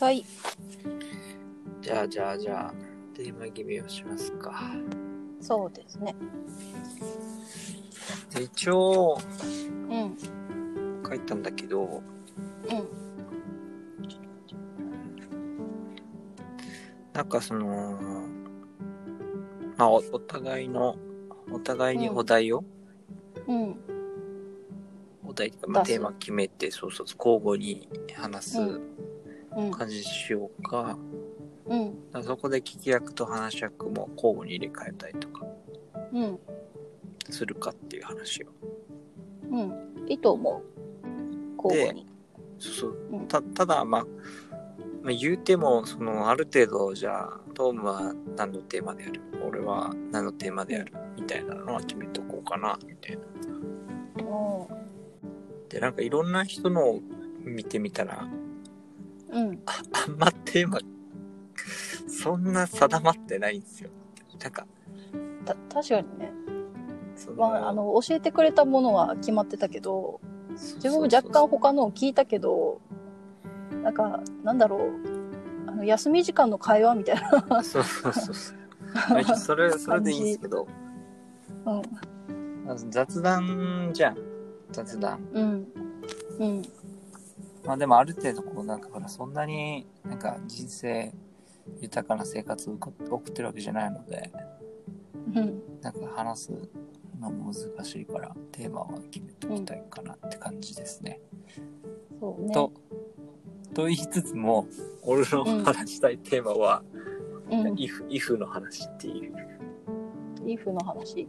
はい。じゃあじゃあじゃあテーマ決めをしますかそうですね。で一応うん。うん。書いたんだけどなんかそのまあおお互いのお互いにお題を、うん。お題っていうか、まあ、出すテーマ決めてそうそう交互に話すううん。感じにしようか,、うん。そこで聞き役と話し役も交互に入れ替えたりとかうん。するかっていう話をうん。いいと思う。交互に。そううんたただまあまあ言うてもそのある程度じゃあトームは何のテーマでやる俺は何のテーマでやるみたいなのは決めとこうかなみたいなうでなんかいろんな人のを見てみたらん。うん。あんまテーマそんな定まってないんですよなんかた、確かにね。そまあ、あの、教えてくれたものは決まってたけど、自分も若干他のを聞いたけど、なんか、なんだろう。あの、休み時間の会話みたいな。そうそうそうそうまあそれそれでいいんですけ どうん。あの雑談じゃん雑談うん。うん。まあでもある程度こうなんかほらそんなになんか人生豊かな生活を送送ってるわけじゃないのでうん。なんか話すのも難しいからテーマは決めておきたいかなって感じですね。そうね。とと言いつつも俺のうん話したいテーマはうん。イフ、イフの話っていうイフの話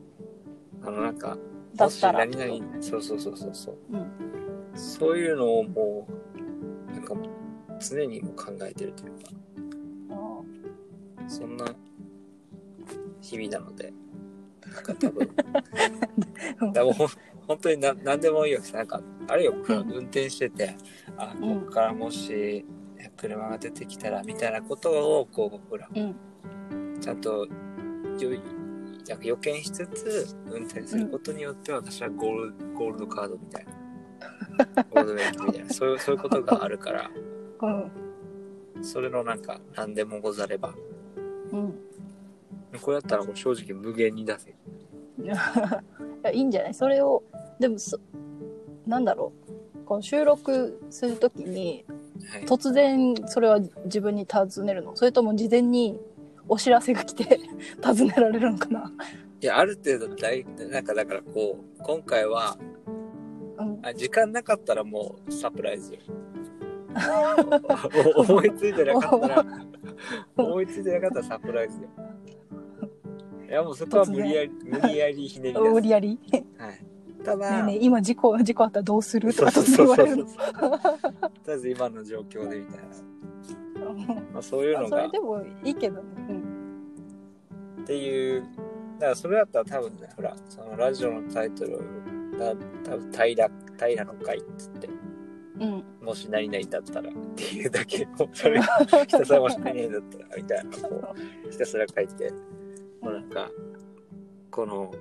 あのなんかだったら。もし何々そうそうそうそうそううん。そういうのをもうなんか常に考えてるというかあそんな日々なので、なんか多分、 ー多分ほん本当にな何でもいいわけです。なんか、あれよ、うん運転してて、あ、うんこっからもし、車が出てきたら、みたいなことを、こう、ほら、うん。ちゃんと、よいなんか予見しつつ、運転することによって、私はゴールゴールドカードみたいな、ゴールドウェイクみたいな、そういう、そういうことがあるから、うん。それのなんか、何でもござれば、うん。これだったらもう正直無限に出せる。 いやいいんじゃないそれをでもそなんだろうこの収録するときにはい突然それは自分に尋ねるのそれとも事前にお知らせが来て 尋ねられるのかないや、ある程度大、なんかだからこう、今回は、うんあ時間なかったらもうサプライ ズよ。もう思いついてなかったら、思いついてなかったらサプライズよ。いや、もうそこは無理やり、無理やりひねり出無理す。やり「ねはい、たえだ、ねえ今事故事故あったらどうする?」そとうそか突うそ然言うわそうれるとりあえず今の状況でみたいのな。まあ、そういうまあのそが、れっでもいいけどねていう、だからそれだったら多分ね、ほら、そのラジオのタイトル、だ多分平、平の会っつって。うんうんもし何々だったらっていうだけもうそ れひたすらもし何々だったらみたいなこうひたすら書いてもうなんかこの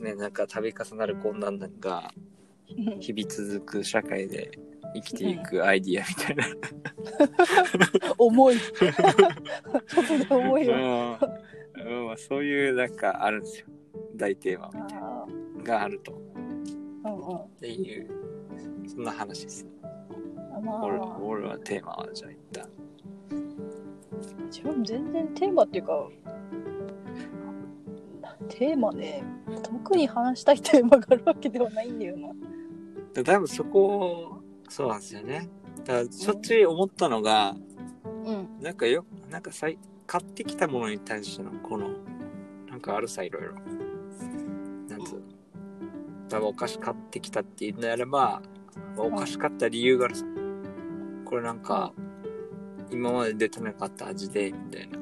ねなんか度重なる困難がうん日々続く社会で生きていくアイディアみたいな、 重い突然重いようんうん、そういうなんかあるんですよ大テーマあーがあるとうんうんっていうそんな話ですま俺あ俺はテーマはじゃあ一旦自分全然テーマっていうかテーマね特に話したいテーマがあるわけではないんだよなで多分そこそうなんですよねだからしょっちゅう思ったのが、うんなんかよなんかさい買ってきたものに対してのこのなんかあるさいろいろなんつうの多分お菓子買ってきたって言うのであればお菓子買った理由があるさこれなんか今まで出てなかった味でみたいない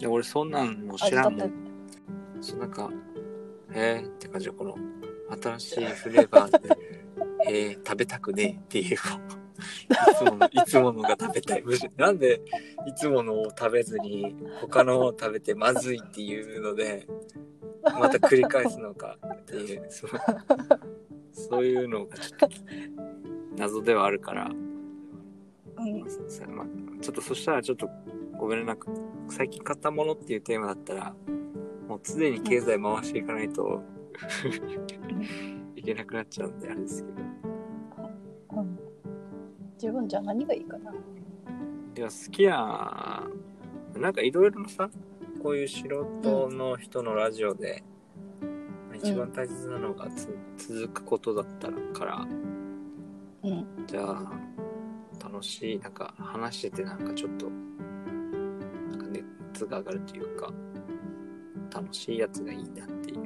や俺そんなんもう知らんもんそうなんか、えー、って感じで、この、新しいフレーバーで、えー、食べたくねえっていう、いつもの、いつものが食べたい。むしろなんで、いつものを食べずに、他のを食べてまずいっていうので、また繰り返すのかっていう、そのそういうのがちょっと、謎ではあるから、うんさまあ、ちょっとそしたらちょっとごめんねなんか最近買ったものっていうテーマだったらもう常に経済回していかないと、 いけなくなっちゃうんであれですけどうん自分じゃあ何がいいかなでは好きやなんかいろいろさこういう素人の人のラジオで、一番大切なのがつ続くことだったらからうんじゃあ楽しいなんか話しててなんかちょっとなんか熱が上がるというか楽しいやつがいいなっていう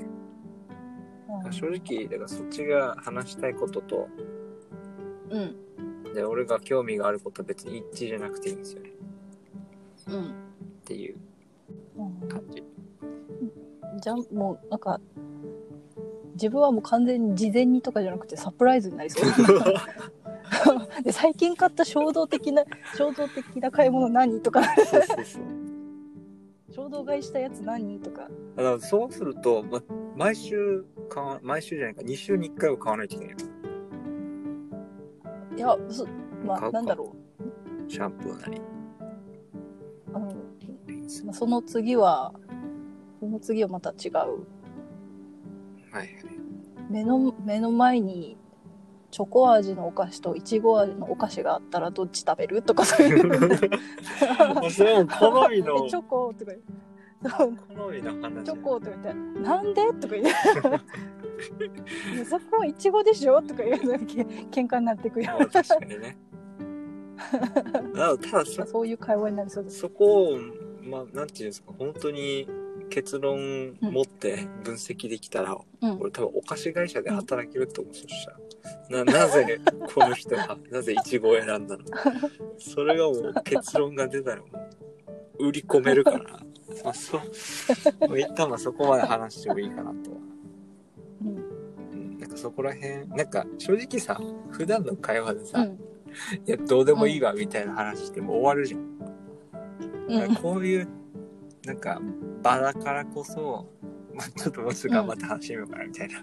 うん正直だからそっちが話したいこととうんで俺が興味があることは別に一致じゃなくていいんですよねうんっていううん感 じじゃあもうなんか自分はもう完全に事前にとかじゃなくてサプライズにな りそうで最近買った衝動的な衝動的な買い物何とかそうそうそう衝動買いしたやつ何とかだからそうすると、ま、毎週買わ毎週じゃないか2週に1回は買わないといけないいやそま買あうかなんだろシャンプーなりうあの、まあ、その次はその次はまた違うはいはい目の目の前にチョコ味のお菓子といちご味のお菓子があったらどっち食べるとかそういうも うそれはもう好みのえチョコとか言う好みの話チョコとか言って「なんで?」と か言ういや「そこはいちごでしょ?」とか言うのにけ喧嘩になってくるまあ確かにねあただそそういう会話になりそうですそこをまあなんていうんですか本当に結論持って分析できたら、うん俺多分お菓子会社で働けると思う、そしたらななぜこの人 はなぜイチゴを選んだのそれがもう結論が出たらもう売り込めるからまあ そうもう一旦はそこまで話してもいいかなとは、うんうん、なんかそこら辺なんか正直さ普段の会話でさ、ういんやどうでもいいわみたいな話してもう終わるじゃんうなんかこういうなんか場だからこそ、まあ、ちょっともうすぐ頑張って話してみようかなみたいな、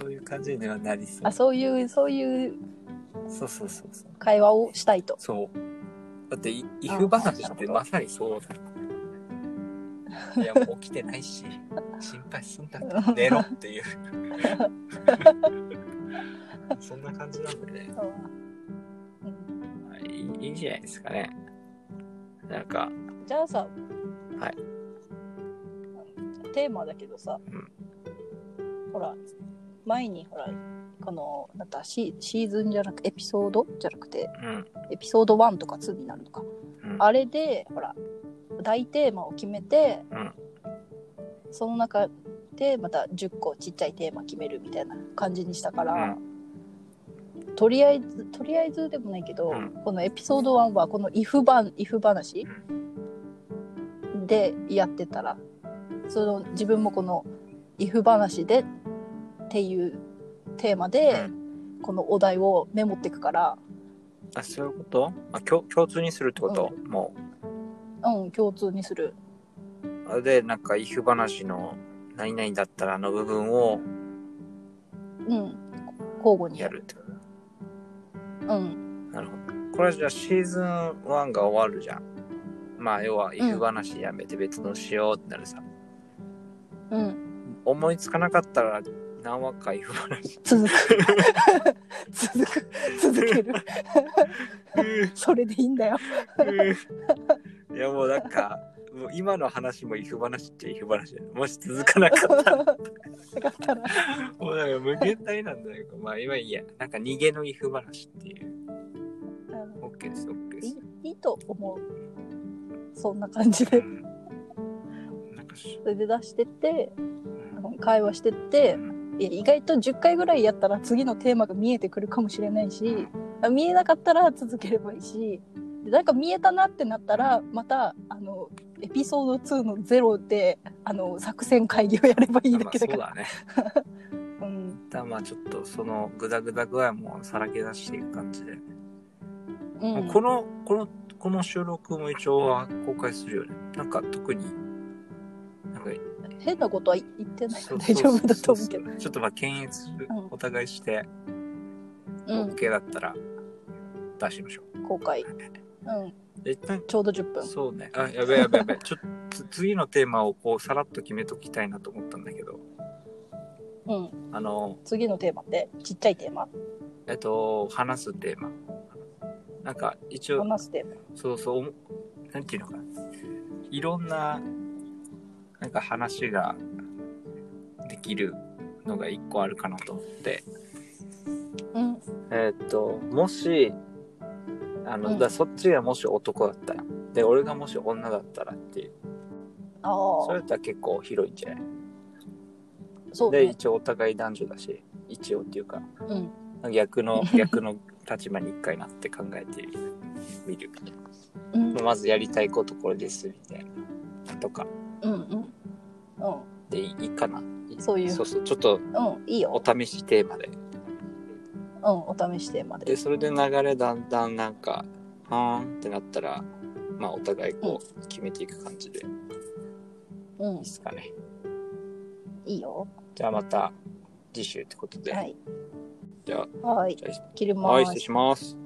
そういう感じにはなりそんあうそういうそういうそうそうそうそう会話をしたいとそうだっていイフ話ってまさにそうだいやもう起きてないし心配すんなって寝ろっていうそんな感じなんでね、うんまあいいいいんじゃないですかねなんかじゃあさ、はいテーマだけどさ、ほら前にほらこのなんだシシーズンじゃなくエピソードじゃなくてうんエピソード1とか2になるのかうんあれでほら大テーマを決めて、うんその中でまた10個ちっちゃいテーマ決めるみたいな感じにしたから、とりあえずとりあえずでもないけど、うんこのエピソード1はこの「イフばんイフ話」でやってたらその自分もこの「イフ話で」っていうテーマで、このお題をメモっていくから、あそういうことあ共共通にするってこと、もううん、共通にする。あれで、なんか、イフ話の何々だったらの部分をうん、交互にややる。るってこうん、と。なるほど。これじゃあシーズン1が終わるじゃん。まあ、要は、イフ話やめて別のしようってなるさ。うん、思いつかなかったら、何話かイフ話。 続く。続く、続ける。それでいい んだよ。いや、もうなんか、もう今の話もイフ話っちゃイフ話だよもし続かな かったら、だから、もうなんか無限大なんだよ。まあ、今いいや。なんか、逃げのイフ話っていう。う OK です、OK でんいす。い、いいと思う。そんな感じうで、んなんかしそれで出してって、あの会話してって。いや意外と10回ぐらいやったら次のテーマが見えてくるかもしれないし見えなかったら続ければいいしでなんか見えたなってなったらまたあのエピソード2の0であの作戦会議をやればいいだけだから、まあ、そうだね。うんだまあちょっとそのグダグダ具合もさらけ出していく感じで、うもんうこのこのこの収録も一応は公開するよねなんか特になんか変なことは言ってないそからう大丈夫だと思うけどそうそうそうちょっとまあ検閲うんお互いしてうん OK だったら出しましょ公開。うん、う。で一旦ちょうど10分。そうね。あ、やべやべやべ。ちょつ次のテーマをこうさらっと決めときたいなと思ったんだけど、うん。あの、次のテーマって、ちっちゃいテーマ、えっと、話すテーマ。なんか、一応、話すテーマ。そうそうおも、なんていうのかな。いろんな、なんか話ができるのが一個あるかなと思って。うん。えっと、もし、あの、うんだそっちがもし男だったら、で、俺がもし女だったらっていう、あそれあ、だったら結構広いんじゃないそうでね。一応お互い男女だし一応っていうかうん。逆の逆の立場に一回なって考えてみるうん。まずやりたいことこれですみたいなとかうん。うん。でいいかなそういうそうそうちょっとうん。うん。いいよ。お試しテーマでうん。お試しテーマでで。それで流れだんだんなんかはーんってなったらまあお互いこう決めていく感じでいいうんで。すかねいいよ。じゃあまた次週ってことで、はい。じゃあはい。じゃ切りあまはいす失礼。します